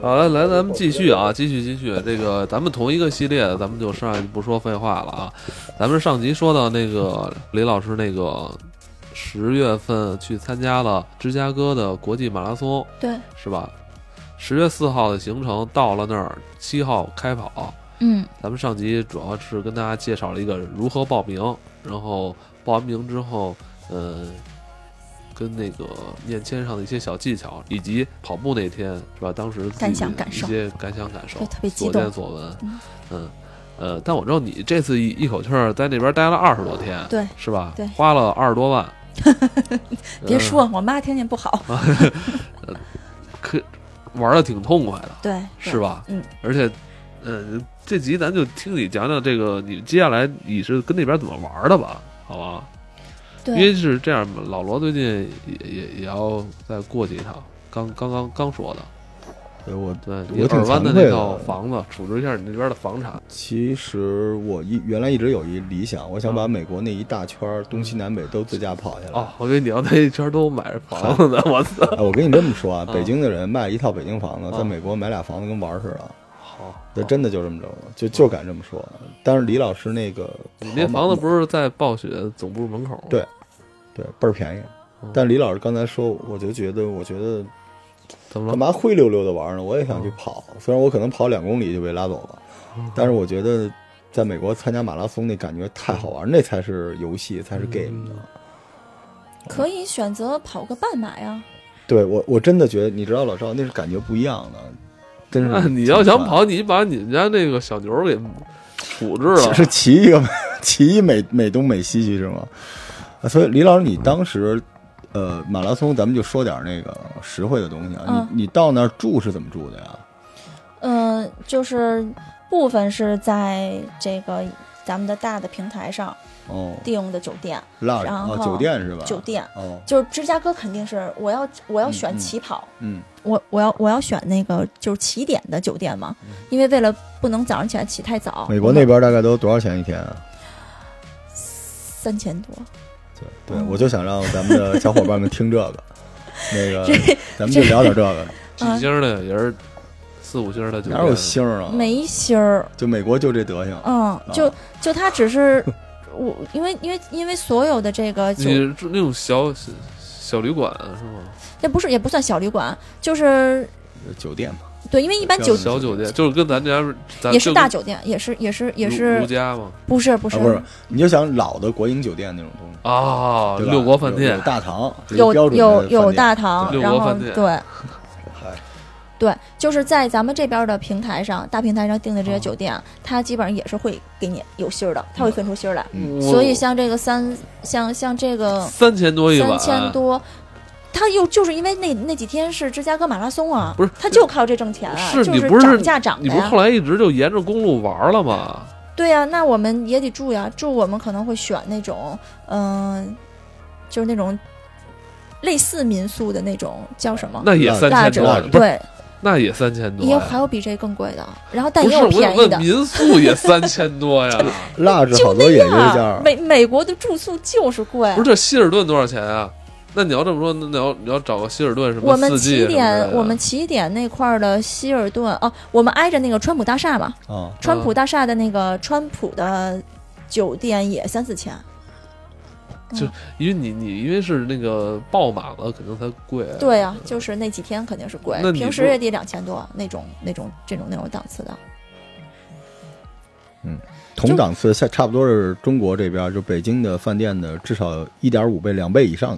好了，来，咱们继续啊，继续继续。这个咱们同一个系列的，咱们就上来就不说废话了啊。咱们上集说到那个李老师那个十月份去参加了芝加哥的国际马拉松，对，是吧？十月四号的行程到了那儿，七号开跑。嗯，咱们上集主要是跟大家介绍了一个如何报名，然后报完名之后，呃，跟那个面签上的一些小技巧，以及跑步那天是吧？当时自己感想感受一些感想感受对，特别激所动见所闻嗯，嗯，呃，但我知道你这次一一口气儿在那边待了二十多天，对，是吧？对花了二十多万， 别呃说，我妈听见不好。啊可玩的挺痛快的，对，是吧？嗯，而且，呃，这集咱就听你讲讲这个，你接下来你是跟那边怎么玩的吧？好吧，对？因对，为是这样，老罗最近也也也要再过去一趟，刚刚刚刚说的，对我对我你挺耳湾的惭愧那的啊套房子，处置一下你那边的房产，其实我一原来一直有一理想，我想把美国那一大圈儿东西南北都自驾跑下来。嗯哦，我以为你要在一圈都买房子呢，我操！哎，我跟你这么说啊，啊北京的人卖一套北京房子，啊在美国买俩房子跟玩儿似哦的。好，那真的就这么着了，就就敢这么说。但是李老师那个你那房子不是在暴雪总部门口吗？对对倍儿便宜嗯，但李老师刚才说，我就觉得，我觉得怎么干了？嘛灰溜溜的玩儿呢？我也想嗯去跑，虽然我可能跑两公里就被拉走了，但是我觉得在美国参加马拉松那感觉太好玩儿，那才是游戏，才是嗯 game 呢。可以选择跑个半马呀。对我，我真的觉得，你知道老赵那是感觉不一样的，真那是。啊你要想跑，，你把你们家那个小牛给处置了，是骑一个 骑一美美东美西去是吗？啊所以李老师，你当时呃马拉松，咱们就说点那个实惠的东西啊。嗯你你到那儿住是怎么住的呀？嗯、就是部分是在这个咱们的大的平台上哦，订的酒店，拉然后哦酒店啊是吧？酒店哦，就是芝加哥肯定是我要我要嗯选嗯起跑。嗯我我要我要选那个就是起点的酒店嗯嘛，因为为了不能早上起来起太早，美国我们那边大概都多少钱一天啊？三千多，对对，我就嗯想让咱们的小伙伴们听这个，那个咱们就聊点这个， 嗯几星的也是四五星的酒店，哪有星儿啊？没星儿，就美国就这德行。啊嗯，啊就就它只是我，因为因为因为所有的这个酒你住那种小小小旅馆是吗？也不是也不算小旅馆，就是酒店嘛，对，因为一般小酒嗯小酒店就是跟咱家咱也是就大酒店，也是也是也如是如家嘛不是不啊是不是，你就想老的国营酒店那种东西。啊，对吧六国饭有店有大堂，这是有标准的有饭有店大堂，对然六国后饭店对嗨对，就是在咱们这边的平台上，大平台上订的这些酒店，它基本上也是会给你有星儿的，它会分出星儿来。嗯所以像这个三，像像这个三千多一晚，三千多，它又就是因为那那几天是芝加哥马拉松啊，不是它就靠这挣钱啊，是就你不是涨价涨的你不是哎呀。后来一直就沿着公路玩了吗？对呀、那我们也得住呀，住我们可能会选那种，嗯、就是那种类似民宿的那种叫什么？那也那三蜡千烛多蜡呀，烛不是哦对，那也三千多也有呀，还有比这更贵的，然后但不也是有我想便宜问的。民宿也三千多 呀，蜡烛好多也就是这样，美美国的住宿就是贵不是，这希尔顿多少钱啊？那你要这么说，那你要你要找个希尔顿什么我们四季起什么的点我们起点那块儿的希尔顿哦，我们挨着那个川普大厦嘛，啊，川嗯普大厦的那个川普的酒店也三四千，因为你你因为是那个爆满了，肯定才贵。对呀、就是那几天肯定是贵那，你平不时也得两千多那种那种这种那种档次的。同档次下差不多是中国这边就北京的饭店的至少一点五倍、两倍以上。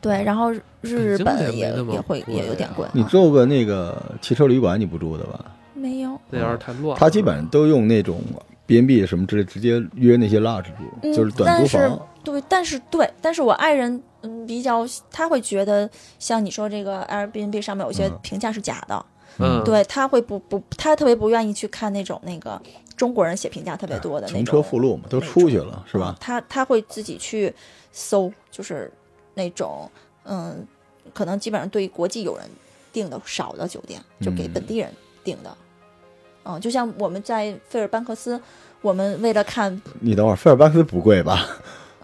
对，然后日北京也没本也那么也会贵也有点贵啊，你啊住个那个汽车旅馆你不住的吧？没有？那要是太乱了，嗯他基本上都用那种 B N B 什么之类，直接约那些蜡烛嗯住，就是短但租是房。对，但是对，但是我爱人嗯比较，他会觉得像你说这个 Airbnb 上面有些嗯评价是假的，嗯，对他会不不，他特别不愿意去看那种那个中国人写评价特别多的那种穷哎车富路嘛，都出去了是吧？嗯他他会自己去搜，就是那种嗯，可能基本上对国际友人订的少的酒店，就嗯给本地人订的。嗯就像我们在费尔班克斯，我们为了看你等会儿，费尔班克斯不贵吧？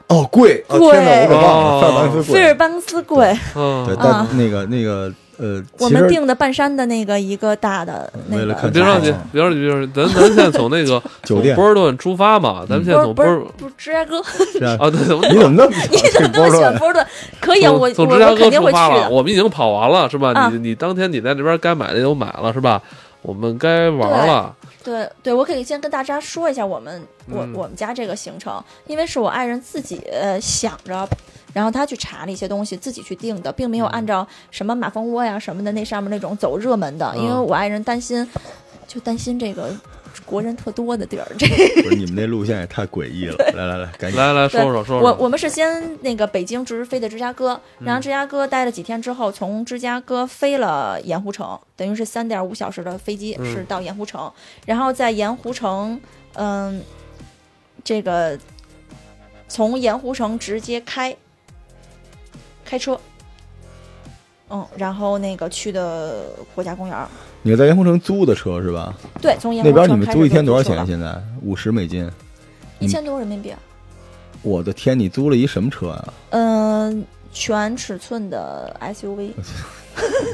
哦，贵！哦贵天哪，我可忘了，哦费尔班克斯费尔班克斯贵。贵，嗯，对，啊但那个那个呃，我其们实嗯订的半山的那个一个大的那为个了看别景着急啊，别着急，别着急，咱咱现在从那个 酒店从波士顿出发嘛，咱们现在从不波是士不是芝加 哥，是啊，啊，对，我你怎么那么 你怎么想那么喜欢顿？波士顿？可以啊，我我从从我芝加哥肯定出会去发了，的。我们已经跑完了是吧？啊你你当天你在这边该买的都买了是吧？我们该玩了，对对，我可以先跟大家说一下我们我、嗯我们家这个行程，因为是我爱人自己呃想着，然后他去查了一些东西，自己去定的，并没有按照什么马蜂窝呀什么的那上面那种走热门的，因为嗯我爱人担心，就担心这个国人特多的地儿。这不是你们那路线也太诡异了！来来来，赶紧来来说说说嗯我说，我们是先那个北京直飞的芝加哥，然后芝加哥待了几天之后，从芝加哥飞了盐湖城，等于是三点五小时的飞机嗯是到盐湖城，然后在盐湖城，嗯，这个从盐湖城直接开开车。嗯，然后那个去的国家公园儿，你们在盐湖城租的车是吧？对，从盐湖那边你城们开租始一天就多少出钱？啊了？现在五十美金。一千多人民币啊。我的天，你租了一什么车啊？嗯、全尺寸的 SUV。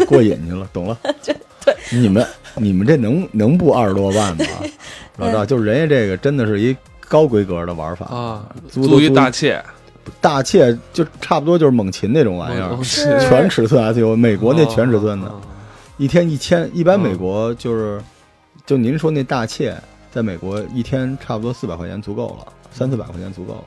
过瘾去了， 懂了。对，你们你们这能能不二十多万吗？ 老赵，就是人家这个真的是一高规格的玩法啊，租都租一大切，大切就差不多就是猛禽那种玩意儿我，是 全尺寸 SUV，美哎国那全尺寸的，哦一天一千，一般嗯美国就是，就您说那大切，在美国一天差不多四百块钱足够了，三四百块钱足够了，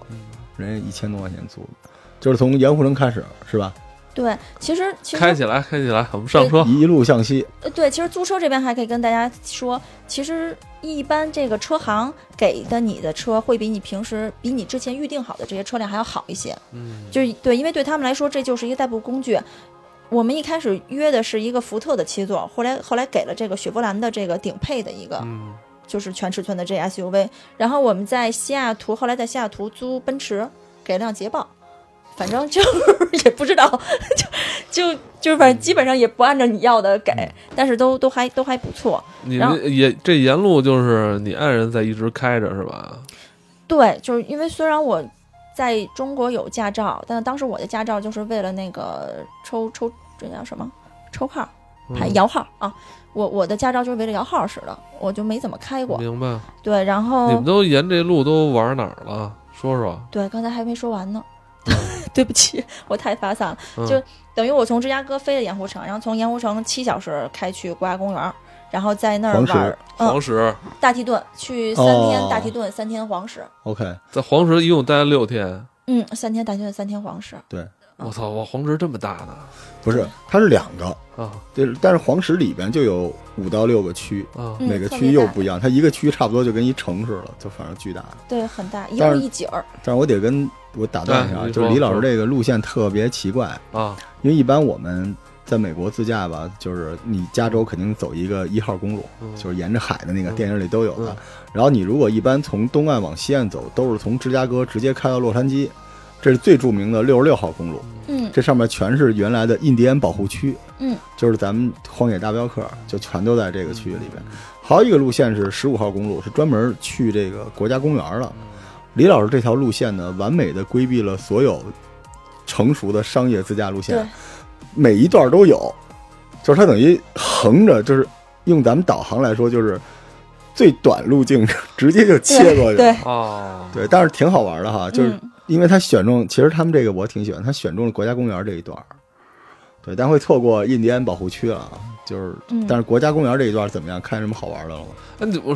人家一千多块钱租的，就是从盐湖城开始是吧？对，其实其实开起来，开起来，我们上车，一路向西，呃，对，其实租车这边还可以跟大家说，其实一般这个车行给的你的车会比你平时比你之前预定好的这些车辆还要好一些。嗯，就是对，因为对他们来说这就是一个代步工具。我们一开始约的是一个福特的七座，后来后来给了这个雪佛兰的这个顶配的一个，嗯就是全尺寸的这 SUV。然后我们在西雅图，后来在西雅图租奔驰，给了辆捷豹。反正 就是也不知道， 就就就是反正基本上也不按照你要的给，但是都都还都还不错。你然后那也这沿路就是你爱人在一直开着是吧？对，就是因为虽然我在中国有驾照，但是当时我的驾照就是为了那个抽抽这叫什么抽号儿、牌嗯摇号儿啊，我我的驾照就是为了摇号儿使的，我就没怎么开过。明白？对，然嗯你们后都沿这路都玩哪儿了？说说，对，刚才还没说完呢， 对不起，我太发散了。嗯就等于我从芝加哥飞的盐湖城，然后从盐湖城七小时开去国家公园儿，然后在那儿黄玩儿嗯石黄石，大提顿，去三天大哦提顿，三天黄石。 OK，在黄石一共待了六天。嗯，三天大提顿，三天黄石。嗯我操！我黄石这么大呢不是，它是两个，啊就是但是黄石里边就有五到六个区，啊！嗯每个特区别又大不一样，它一个区差不多就跟一城市了，就反正巨大。对，很大，一但路是一景儿。但是我得跟我打断一哎下，啊你就是说李老师这个路线特别奇怪，啊，因为一般我们在美国自驾吧，就是你加州肯定走一个一号公路，嗯就是沿着海的那个嗯电影里都有的。嗯然后你如果一般从东岸往西岸走，都是从芝加哥直接开到洛杉矶，这是最著名的六十六号公路。嗯这上面全是原来的印第安保护区，嗯，就是咱们荒野大镖客就全都在这个区域里边。还有一个路线是十五号公路，是专门去这个国家公园的。李老师这条路线呢，完美的规避了所有成熟的商业自驾路线对，每一段都有，就是它等于横着，就是用咱们导航来说，就是最短路径直接就切过去。对，哦，对，但是挺好玩的哈，就是嗯因为他选中，其实他们这个我挺喜欢，他选中了国家公园这一段儿，对，但会错过印第安保护区了啊。就是嗯，但是国家公园这一段怎么样？看什么好玩的了吗？那你我，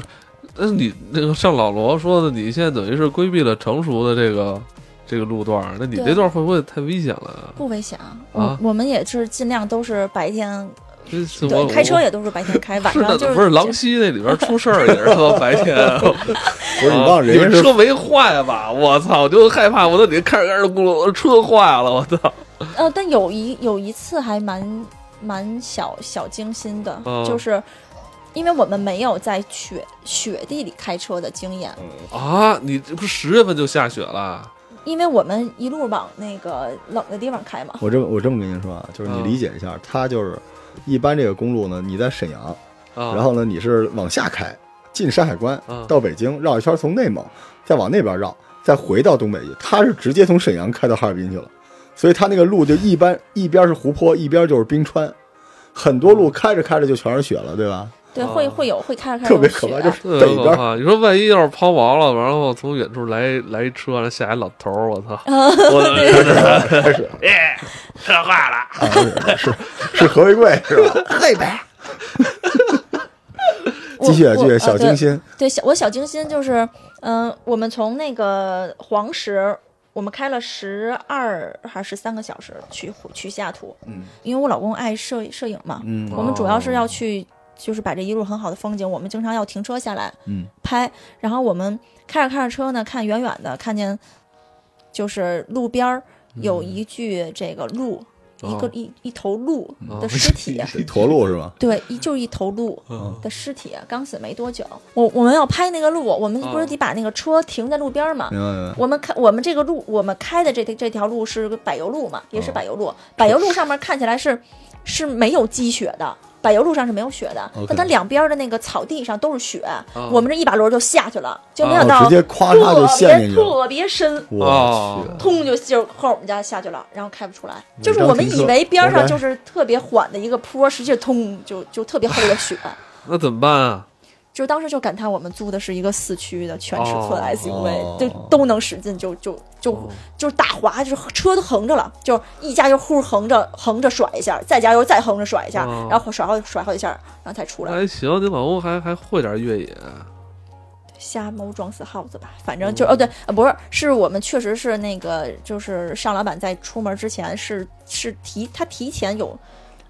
那你那个像老罗说的，你现在等于是规避了成熟的这个这个路段儿，那你对这段会不会太危险了啊？不危险啊，啊我我们也是尽量都是白天，这是我对，开车我也都是白天开，晚是上的，就是不是狼溪那里边出事儿也 是他妈白天，啊不是你忘了你人们家是车没坏吧？我操，我就害怕，我都得开着开着公路车坏了，我操！呃，但有一有一次还蛮蛮小小惊心的，嗯就是因为我们没有在雪雪地里开车的经验，啊，你这不是十月份就下雪了？因为我们一路往那个冷的地方开嘛，我这么我这么跟您说啊，就是你嗯理解一下，它就是一般这个公路呢，你在沈阳，啊，然后呢你是往下开，进山海关嗯，到北京绕一圈，从内蒙再往那边绕，再回到东北去。它是直接从沈阳开到哈尔滨去了，所以它那个路就一般一边是湖泊，一边就是冰川，很多嗯路开着开着就全是雪了，对吧？对，啊会会有会开着开着特有别可怕，雪，就啊是特北别可边怕。你说万一要是抛锚了，然后从远处来来一车，然后下一老头儿，我操！我真是开始 哎，车坏了。啊，是是是何为 贵是吧？嘿呗， 我继续继我续，呃小对清新，对，小我小清新就是，嗯、我们从那个黄石，我们开了十二还是三个小时去湖去西雅图，嗯因为我老公爱摄摄影嘛，嗯我们主要是哦要去就是把这一路很好的风景，我们经常要停车下来嗯拍，然后我们开着开着车呢，看远远的看见就是路边儿有一具这个鹿，一个嗯哦一一头鹿哦的尸 体。驼鹿是吧？对，一就是一头鹿，嗯的尸体刚死没多久，我我们要拍那个路，我们不哦是得把那个车停在路边儿吗？明白明白。我们开我们这个路，我们开的这这条路是个柏油路嘛，也是哦柏油路。柏油路上面看起来是是没有积雪的，柏油路上是没有雪的 OK，但它两边的那个草地上都是雪。哦我们这一把轮就下去了，就没哦想到、直接咵嚓就陷进去了特别特别深，我哦去，通就就后我们家下去了，然后开不出来。就是张我们停以车为边活上该就是特别缓的一个坡，实际通就就特别厚的 雪。那怎么办啊？就当时就感叹我们租的是一个四驱的全尺寸哦 SUV，、哦就都能使劲就，就就哦就是打滑，就是车都横着了，就是一加油呼横着横着甩一下，再加油再横着甩一下，哦嗯然后甩好甩好几下，然后才出来。还行，你老公还还会点越野，瞎猫撞死耗子吧，反正就、哦对，呃不是，是我们确实是那个，就是尚老板在出门之前是是提他提前有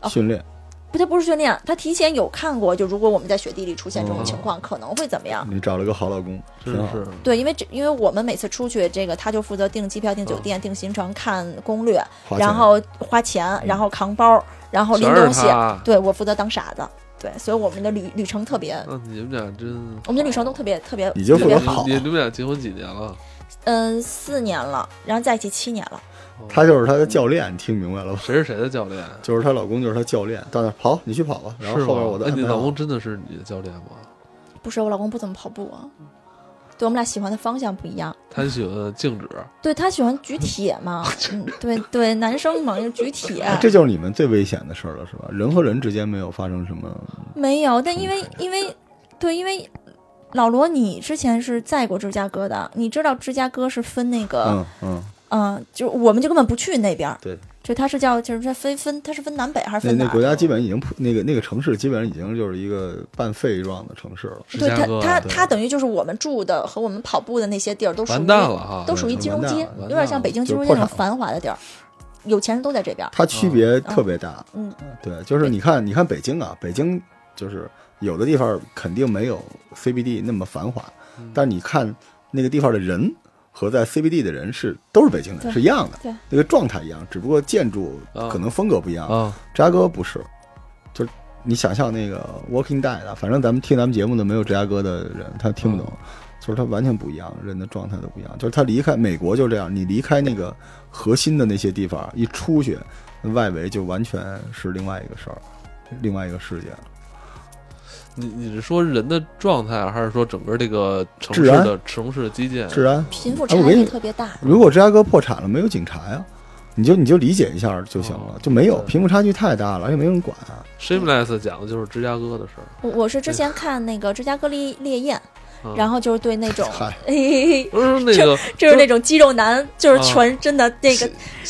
训练不他不是训练，他提前有看过，就如果我们在雪地里出现这种哦情况，可能会怎么样？你找了个好老公，真挺好。是对，因为这因为我们每次出去，这个他就负责订机票、订酒嗯店、订行程、看攻略，花钱然后花钱，然后扛包，然后拎嗯全东是西。他。对我负责当傻子，对，所以我们的旅旅程特别，那你们俩真我们的旅程都特别特别你就特负别责好。跑你你们俩结婚几年了？嗯，四年了，然后在一起七年了。她就是她的教练，你听明白了吧？谁是谁的教练？就是她老公就是她教练，到那儿跑你去跑吧，然后是后吗边我再哎安你排老好。公真的是你的教练吗？不是我老公不怎么跑步啊，对我们俩喜欢的方向不一样。他喜欢静止，对他喜欢举铁 嘛，嗯，对对，男生嘛，就举铁。哎这就是你们最危险的事儿了，是吧？人和人之间没有发生什么，没有，但因为冲因为对，因为老罗，你之前是在过芝加哥的，你知道芝加哥是分那个，嗯嗯，嗯、就我们就根本不去那边儿。对，就它是叫就是它分分它是分南北还是那分哪那儿？国家基本已经普那个那个城市基本上已经就是一个半废状的城市了。芝对加它哥它对它等于就是我们住的和我们跑步的那些地儿都属于完蛋了哈！都属于对金融完蛋街了完，有蛋点像了北京金就是融街破那种产繁华的地儿，有钱人都在这边儿。它区别特别大，嗯，对，就是你看，你看北京啊，北京就是有的地方肯定没有 CBD 那么繁华，但你看那个地方的人和在 CBD 的人是都是北京人，对是一样的，对，那个状态一样，只不过建筑啊可能风格不一样。啊，芝加哥不是，就是你想象那个 Walking Dead，啊反正咱们听咱们节目的没有芝加哥的人，他听不懂，嗯就是他完全不一样，人的状态都不一样。就是他离开美国就这样，你离开那个核心的那些地方，一出去，外围就完全是另外一个事儿，另外一个世界。你你是说人的状态，还是说整个这个城市治安的城市的基建？治安，贫富哎差我给异你特别大。如果芝加哥破产了，没有警察呀。你就你就理解一下就行了哦，就没有对贫富差距太大了，而且没人管、啊 Shameless 讲的就是芝加哥的事儿。我我是之前看那个芝加哥烈烈焰，嗯然后就是对那 种 嗨，嘿嘿嘿不是那个就是那种肌肉男，就是啊全真的那个，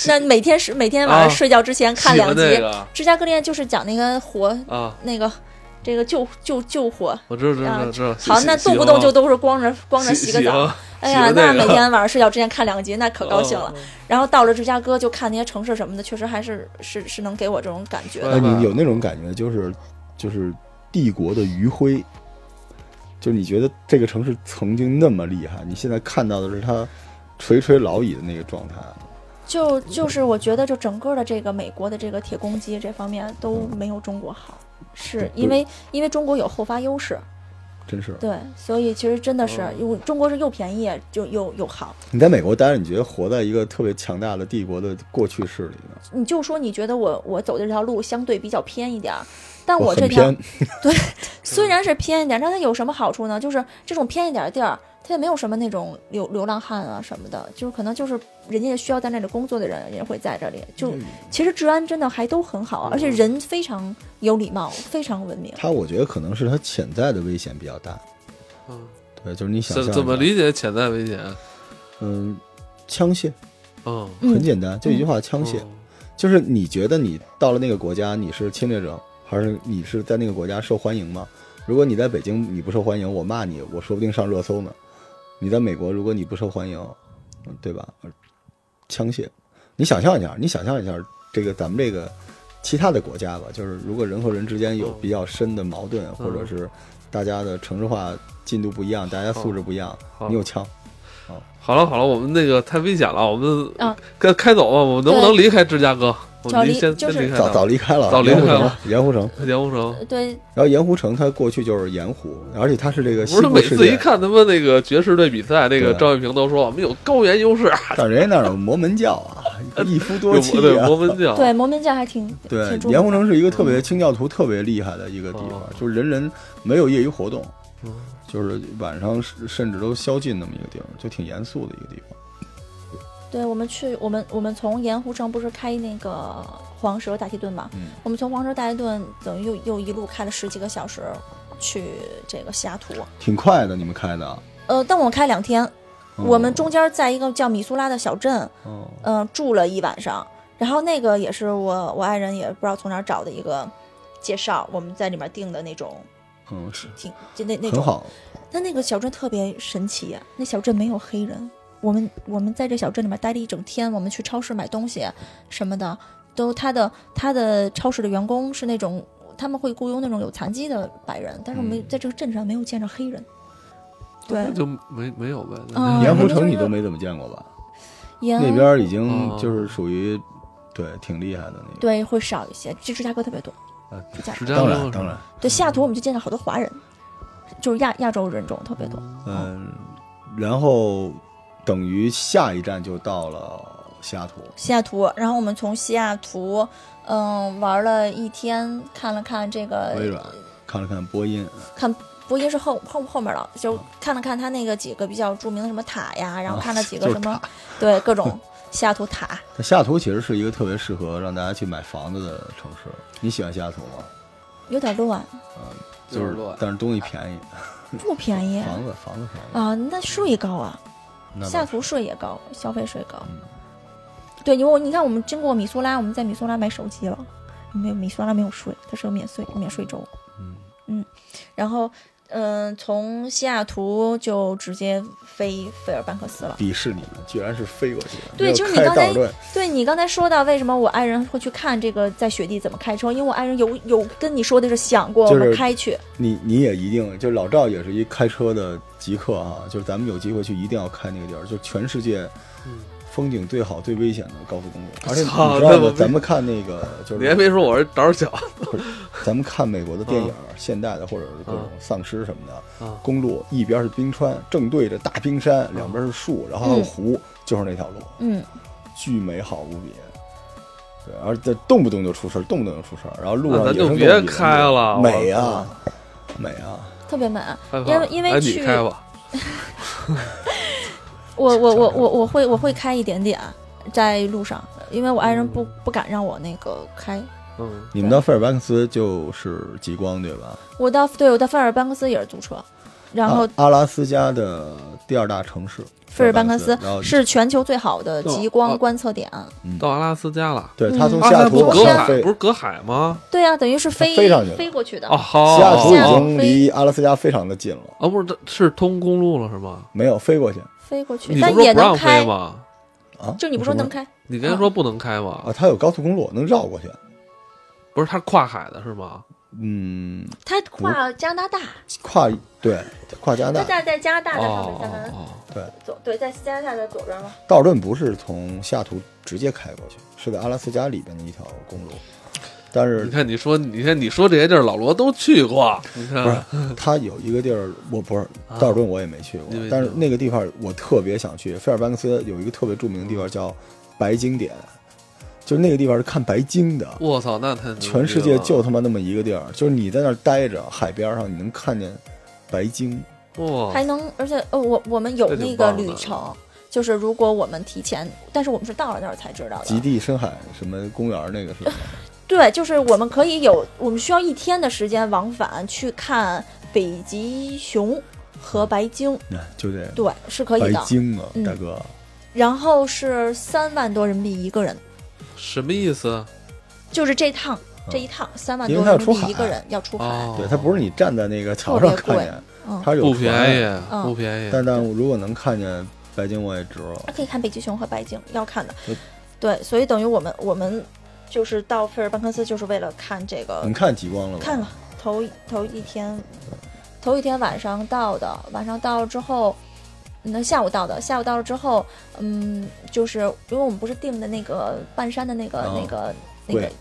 那每天是每天晚上啊睡觉之前看喜两欢集那《个啊芝加哥恋》，就是讲那个火啊，那个这个救救救火。我知道知啊道知道。好，那动不动就动都是光着光着洗个澡，哎呀，喜欢啊那那个哦每天晚上睡觉之前看两集，那可高兴了。。喜欢然后到了芝加哥，就看那些城市什么的，确实还是是是能给我这种感觉对哎，的。吧你有那种感觉，就是就是帝国的余晖，就是你觉得这个城市曾经那么厉害，你现在看到的是它垂垂老矣的那个状态。就就是我觉得，就整个的这个美国的这个铁公鸡这方面都没有中国好，是因为因为中国有后发优势。真是，对，所以其实真的是嗯，又中国是又便宜就又又好。你在美国待着，你觉得活在一个特别强大的帝国的过去式里呢？你就说你觉得我我走的这条路相对比较偏一点儿，但我这很条偏，嗯虽然是偏一点儿，但它有什么好处呢？就是这种偏一点儿的地儿，他也没有什么那种流流浪汉啊什么的，就是可能就是人家需要在那里工作的人也会在这里。嗯就其实治安真的还都很好啊，而且人非常有礼貌，非常文明。他我觉得可能是他潜在的危险比较大。嗯，对，就是你想怎象怎么一下理解潜在危险？嗯，枪械嗯，很嗯，简单，就一句话，枪械。就是你觉得你到了那个国家，你是侵略者，还是你是在那个国家受欢迎吗？如果你在北京你不受欢迎，我骂你，我说不定上热搜呢。你在美国，如果你不受欢迎，嗯对吧？枪械，你想象一下，你想象一下，这个咱们这个其他的国家吧，就是如果人和人之间有比较深的矛嗯盾，或者是大家的城市化进度不一样，大家素质不一样，好你有枪，好了好了，我们那个太危险了，我们嗯该开走吧。我们能不能离开芝加哥？我早们离离先就先是离开早它早离开了，早离盐湖开城了，盐湖城。盐湖城。对，然后盐湖城它过去就是盐湖，而且它是这个不西是部每世次一界，看他们那个爵士队比赛，那个对赵月平都说我们有高原优势，但人家那儿有摩门教 啊，一夫多有妻对啊。摩门教，对，摩门教还挺对挺，重盐湖要城是一个特别清教徒特别厉害的一个地哦方，就是人人没有业余活动，嗯就是晚上甚甚至都宵禁那么一个地方，就挺严肃的一个地方。对，我们去，我们我们从盐湖城不是开那个黄石大提顿嘛？嗯我们从黄石大提顿等于又又一路开了十几个小时去这个西雅图。挺快的，你们开的啊。呃，但我们开两天，嗯我们中间在一个叫米苏拉的小镇，哦嗯、住了一晚上。然后那个也是我我爱人也不知道从哪儿找的一个介绍，我们在里面订的那种嗯是挺就那那很种好，那那个小镇特别神奇、那小镇没有黑人。我们我们在这小镇里面待了一整天，我们去超市买东西什么的，都他的他的超市的员工是那种他们会雇佣那种有残疾的白人，但是我嗯们在这个镇上没有见着黑人。对，就没没有呗。啊盐湖那就城是你都没怎么见过吧？盐那边已哦经就是属于对挺厉害的那个。对会少一些，这芝加哥特别多。啊芝加芝哥加当哥然当然，对西雅图我们就见到好多华人，就是亚亚洲人种特别多。嗯，然后等于下一站就到了西雅图。西雅图，然后我们从西雅图，嗯，玩了一天，看了看这个微软看了看波音，看播音是后后后面了，就看了看他那个几个比较著名的什么塔呀，然后看了几个啊就是什么、对各种西雅图塔，那西雅图其实是一个特别适合让大家去买房子的城市。你喜欢西雅图吗？嗯有点乱，就是乱但是东西便宜，不便宜房子房子房子。啊，那税高啊，那西雅倒是图税也高，消费税高。嗯对，因为我你看我们经过米苏拉，我们在米苏拉买手机了，没有米苏拉没有税，它是个免税免税州。嗯然后，嗯、从西雅图就直接飞菲尔班克斯了。迪士尼居然是飞过去的，对没有就是你开刚才道顿对你刚才说到为什么我爱人会去看这个在雪地怎么开车，因为我爱人有有跟你说的是想过我就是们开去，你你也一定，就老赵也是一开车的极客啊，就是咱们有机会去一定要开那个地儿，就全世界嗯风景最好、最危险的高速公路。而且你知操道那我吗没？咱们看那个就你还是没说我是胆儿小咱们看美国的电影，现代的或者是各种丧尸什么的，啊，公路一边是冰川，正对着大冰山，两边是树，然后嗯还有湖，就是那条路，嗯，巨美好无比。对，而且动不动就出事儿，动不动就出事儿，然后路啊那上咱野生就动物别也开是了美我啊，美啊！特别美。害怕因为因为哎你去开吧，我我我我我会我会开一点点在路上，因为我爱人不不敢让我那个开。嗯，你们到费尔班克斯就是极光对吧？我到对我到费尔班克斯也是租车，然后啊阿拉斯加的第二大城市费尔班克斯斯，然后是全球最好的极哦光观测点。到阿拉斯加了。对他从嗯阿西拉雅斯图不往隔上海飞，不是隔海吗？对呀、等于是飞飞上去了飞过去的。哦，好，西雅图哦已哦经离阿拉斯加非常的近了，哦，不是，这是通公路了是吗？没有飞过去飞过去你，不但是也说不能让开嗯飞，吗？啊。就你不说能开，你刚才说不能开吗啊？？它有高速公路能绕过去，不是，它是跨海的是吗？嗯，它跨加拿大，跨对跨加它拿大，在在加拿大的上哦面，哦在咱们哦，左对，在加拿大的左边吗？道尔顿不是从西雅图直接开过去，是在阿拉斯加里边的一条公路，但你是看，你说，你看，你说这些地儿，老罗都去过。你不是看，它有一个地儿，我不是啊道尔顿我也没去过你没去，但是那个地方我特别想去。费尔班克斯有一个特别著名的地方叫白鲸点，就是那个地方是看白鲸的，我操，那太牛逼了全世界就他妈那么一个地儿，就是你在那儿待着，海边上你能看见白鲸，哇还，能，而且呃，我我们有这挺那个棒的旅程，就是如果我们提前，但是我们是到了那儿才知道极的。地深海什么公园那个是吧？对，就是我们可以有，我们需要一天的时间往返去看北极熊和白鲸，嗯那 就这个对，是可以嗯白的。鲸啊，嗯大哥，然后是三万多人民币一个人，什么意思？就是这趟这一趟三万嗯因为多它要人民出币一海个人要出海，哦，对，它不是你站在那个桥上看见，嗯，它是有不船啊便宜，嗯不便宜。但但如果能看见白鲸，我也值了。可以看北极熊和白鲸，要看的嗯。对，所以等于我们我们就是到费尔班克斯就是为了看这个你看极光了吗？呃看了，头一头一天，头一天晚上到的，晚上到了之后，那下午到的，下午到了之后，嗯，就是因为我们不是订的那个半山的那个、哦那个那贵个。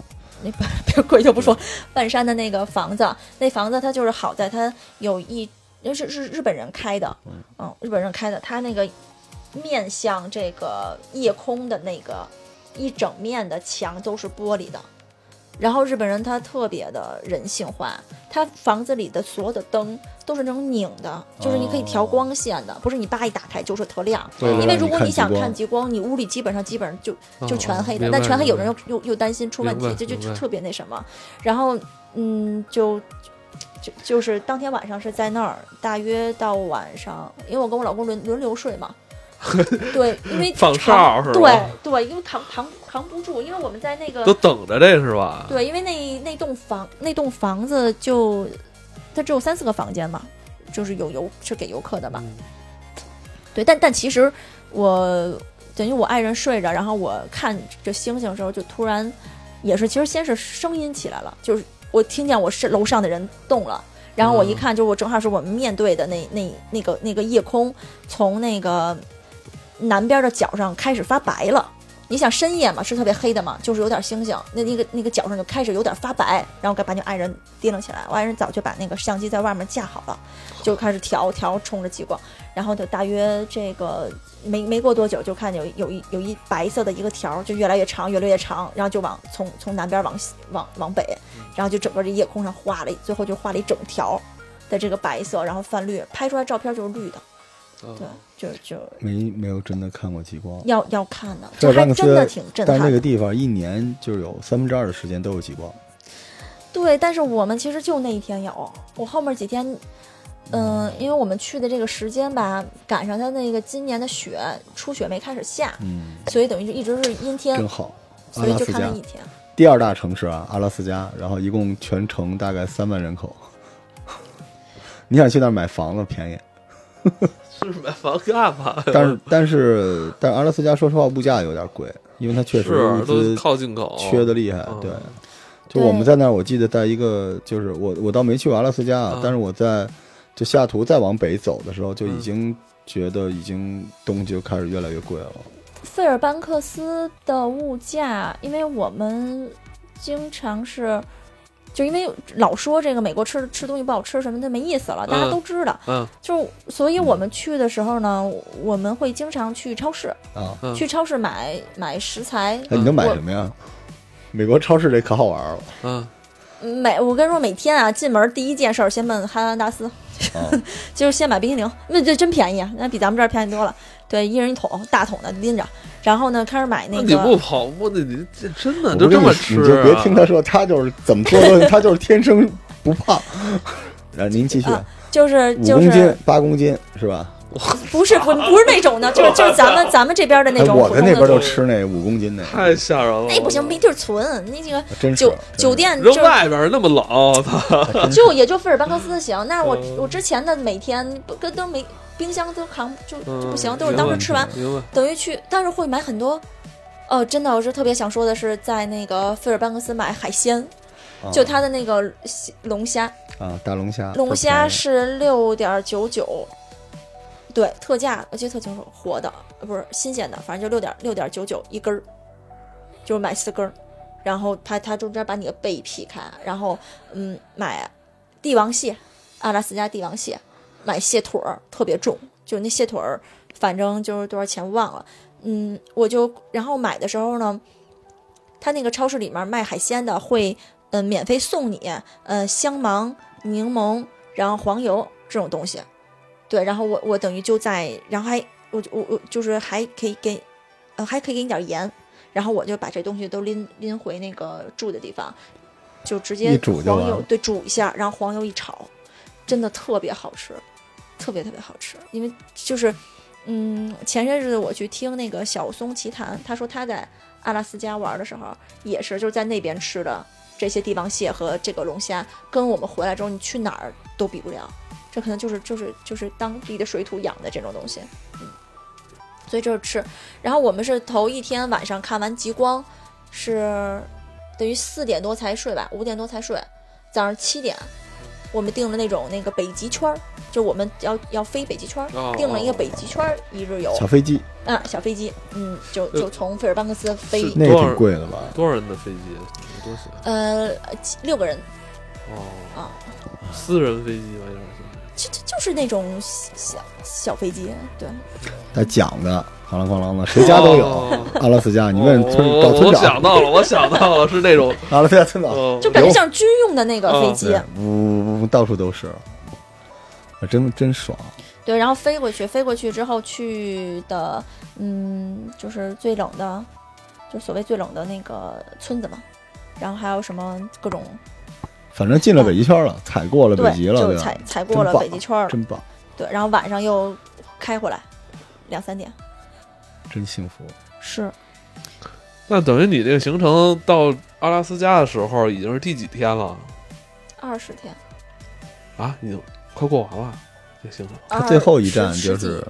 那不别 贵就不说，半山的那个房子，那房子它就是好在它有一，因为是是日本人开的，嗯嗯，日本人开的，它那个面向这个夜空的那个一整面的墙都是玻璃的，然后日本人他特别的人性化，他房子里的所有的灯都是那种拧的，就是你可以调光线的，不是你叭一打开就是特亮。为了因为让如果啊看你极想光看极光，你屋里基本上基本上就就嗯全黑的，明白但全黑有人明又又又担心出问明题白，这就明就白特别那什么。然后嗯，就就就是当天晚上是在那儿，大约到晚上，因为我跟我老公轮轮流睡 嘛。对，因为放扛哨是吧对对，因为扛扛扛不住，因为我们在那个白都等着这是吧？对，因为那那栋房那栋房子就它只有三四个房间嘛，就是有游是给游客的嘛。嗯对，但但其实我等于我爱人睡着，然后我看这星星的时候，就突然也是其实先是声音起来了，就是我听见我是楼上的人动了。然后我一嗯看，就是我正好是我们面对的那那那个那个夜空，从那个南边的角上开始发白了。你想深夜嘛，是特别黑的嘛，就是有点星星，那那个那个角上就开始有点发白，然后该把你爱人提了起来。我爱人早就把那个相机在外面架好了，就开始调调，冲着极光，然后就大约这个没没过多久，就看见有有一有一白色的一个条儿，就越来越长，越来越长，然后就往从从南边往西往往北，然后就整个这夜空上画了，最后就画了一整条的这个白色，然后泛绿，拍出来照片就是绿的，嗯 对，就就没没有真的看过极光，要要看的，这这让还你真的说挺震但撼那的。个地方一年就有三分之二的时间都有极光。对，但是我们其实就那一天有，我后面几天，嗯、因为我们去的这个时间吧，赶上它那个今年的雪初雪没开始下，嗯，所以等于就一直是阴天真，好。阿所以拉就斯看那加一天。第二大城市啊，阿拉斯加，然后一共全城大概三万人口。 你想去那儿买房子便宜，是买房干嘛？但是但是但是阿拉斯加说实话物价有点贵，因为它确实是物都资靠进口，缺的厉害嗯。对，就我们对在那儿，我记得在一个就是我我倒没去过阿拉斯加啊嗯，但是我在就西雅图再往北走的时候，就已嗯经觉得已经东西就开始越来越贵了。费尔班克斯的物价，因为我们经常是，就因为老说这个美国吃吃东西不好吃什么的没意思了，大家嗯都知道。嗯，就所以我们去的时候呢，我们会经常去超市，啊，嗯去超市买买食材。哎，你都买我什么呀？美国超市这可好玩了嗯，每我跟你说，每天啊，进门第一件事儿先问哈根达斯，啊！ 就是先买冰淇淋，那这真便宜啊，那比咱们这儿便宜多了。对，一人一桶，大桶的拎着，然后呢开始买那你不个。跑步的，你这真的我就跟这你么说吃啊？你就别听他说，他就是怎么说都，他就是天生不胖。然后您继续，啊就是五就公斤是、八公斤是吧？不是 不不是那种的，就是就是咱们咱们这边的那哎种我普在通那边的。就吃那五公斤那，太吓人了。那哎不行，没地儿存。那这个真是酒啊真是酒店扔就是外边儿那么冷，我操！就也就费尔班克斯行。那我嗯我之前的每天不跟都没冰箱都扛就就不行，嗯都是当时吃完明白？等于去，但是会买很多。哦，真的，我是特别想说的是，在那个费尔班克斯买海鲜，啊就它的那个西龙虾，啊，大龙虾，龙不便虾宜是六点九九，对，特价，我记得特清楚，活的呃不是新鲜的，反正就六点六点九九一根儿，就是买四根儿，然后它它中间把你的背劈开，然后嗯买帝王蟹，阿拉斯加帝王蟹，买蟹腿儿特别重，就那蟹腿儿，反正就是多少钱忘了，嗯，我就然后买的时候呢，它那个超市里面卖海鲜的会嗯、呃免费送你呃香芒、柠檬，然后黄油这种东西，对，然后我我等于就在，然后还我就我我就是还可以给，呃，还可以给你点盐，然后我就把这东西都拎拎回那个住的地方，就直接一煮就黄完油了对煮一下，然后黄油一炒，真的特别好吃，特别特别好吃，因为就是。嗯，前些日子我去听那个小松奇谈，他说他在阿拉斯加玩的时候，也是就是在那边吃的这些帝王蟹和这个龙虾，跟我们回来之后你去哪儿都比不了。这可能就是就是就是当地的水土养的这种东西，嗯，所以就是吃。然后我们是头一天晚上看完极光，是等于四点多才睡吧，五点多才睡，早上七点。我们订了那种那个北极圈儿，就我们要要飞北极圈儿，哦订了一个北极圈儿一日游，小飞机啊，小飞机，嗯，就就从菲尔班克斯飞呃是，那也多少挺贵的吧？多少人的飞机？多少？呃，几六个人哦，啊，私人飞机吧，有点像。就就就是那种小小小飞机，对，带桨的，哐啷哐啷的，谁家都有。哦阿拉斯加，啊你问村我哦找我村我想长，到了，我想到了，是那 种，阿拉斯加村长，哦就感觉像军用的那个飞机，嗯对，呜呜呜，到处都是，啊真真爽。对，然后飞过去，飞过去之后去的，嗯，就是最冷的，就所谓最冷的那个村子嘛，然后还有什么各种，反正进了北极圈了，踩过了北啊对，极了，就对踩吧？踩过了真棒北极圈了，真棒，对，然后晚上又开回来，两三点，真幸福。是，那等于你这个行程到阿拉斯加的时候已经是第几天了二十天，啊？已经快过完了，这行程。他最后一站二十就十几是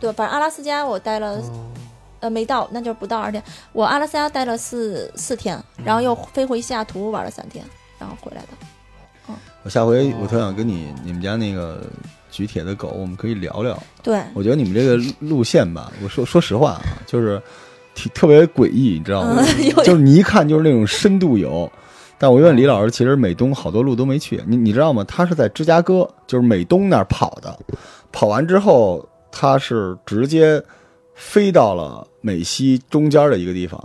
对，反正阿拉斯加我待了、嗯哦呃没到，那就是不到二天。我阿拉斯加待了四四天，然后又飞回西雅图玩了三天，然后回来的。我下回哦我特想跟你你们家那个举铁的狗，我们可以聊聊。对，我觉得你们这个路路线吧，我说说实话啊，就是挺特别诡异，你知道吗？嗯， 有就点是你一看就是那种深度游。但我问李老师，其实美东好多路都没去，你你知道吗？他是在芝加哥，就是美东那儿跑的，跑完之后他是直接飞到了美西中间的一个地方，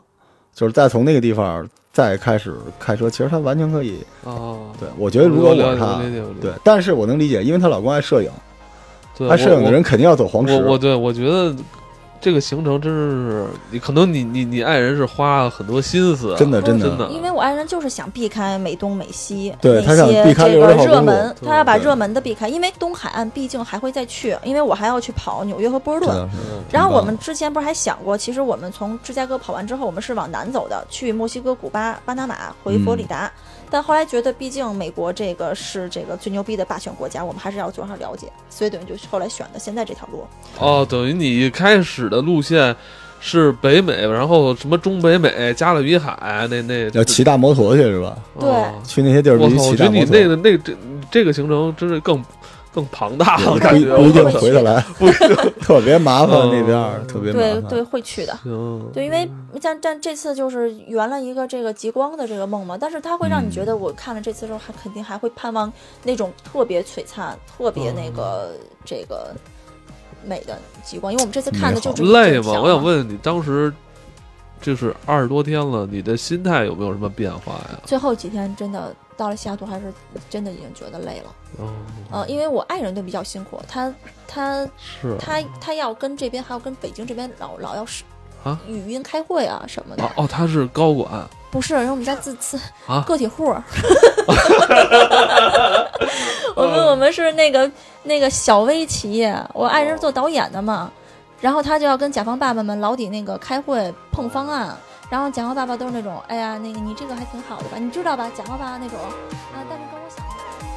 就是再从那个地方再开始开车，其实他完全可以。哦，对我觉得如果我是他了，解我理解对，但是我能理解，因为她老公爱摄影，对，爱摄我影的人啊肯定要走黄石。我我对我觉得这个行程真是，你可能你你你爱人是花了很多心思，啊真的不是真真的因为我爱人就是想避开美东、美西对他那想些避开这流个浪号热公路门，他要把对热门的避开，因为东海岸毕竟还会再去，因为我还要去跑纽约和波士真顿。的是嗯然后挺棒我们之前不是还想过，其实我们从芝加哥跑完之后，我们是往南走的，去墨西哥、古巴、巴拿马，回佛罗里嗯达。但后来觉得，毕竟美国这个是这个最牛逼的霸权国家，我们还是要做上了解，所以等于就是后来选的现在这条路。哦，等于你开始的路线是北美，然后什么中北美、加勒比海那那要骑大摩托去是吧？对哦去那些地儿我必须操！我骑觉得大你摩托。那个那这这个行程真是更更庞大了，感不觉不一定我回得来， 特别麻烦那边儿嗯特别对麻对，烦。会去的。行，对，因为嗯但但这次就是圆了一个这个极光的这个梦嘛，但是它会让你觉嗯得，我看了这次之后，还肯定还会盼望那种特别璀璨、特别那个、嗯这个美的极光，因为我们这次看的就只是累这条吗？嘛我想问你，当时就是二十多天了，你的心态有没有什么变化呀？最后几天真的到了西雅图，还是真的已经觉得累了。哦，呃，因为我爱人都比较辛苦，他他是他他要跟这边还要跟北京这边老老要是啊语音开会啊什么的哦，哦，他是高管，不是，因为我们家自自啊个体户儿，我们我们是那个那个小微企业，我爱人是做导演的嘛，然后他就要跟甲方爸爸们老底那个开会碰方案，然后甲方爸爸都是那种，哎呀，那个你这个还挺好的吧，你知道吧，甲方爸爸那种啊，但是跟我想的不一样。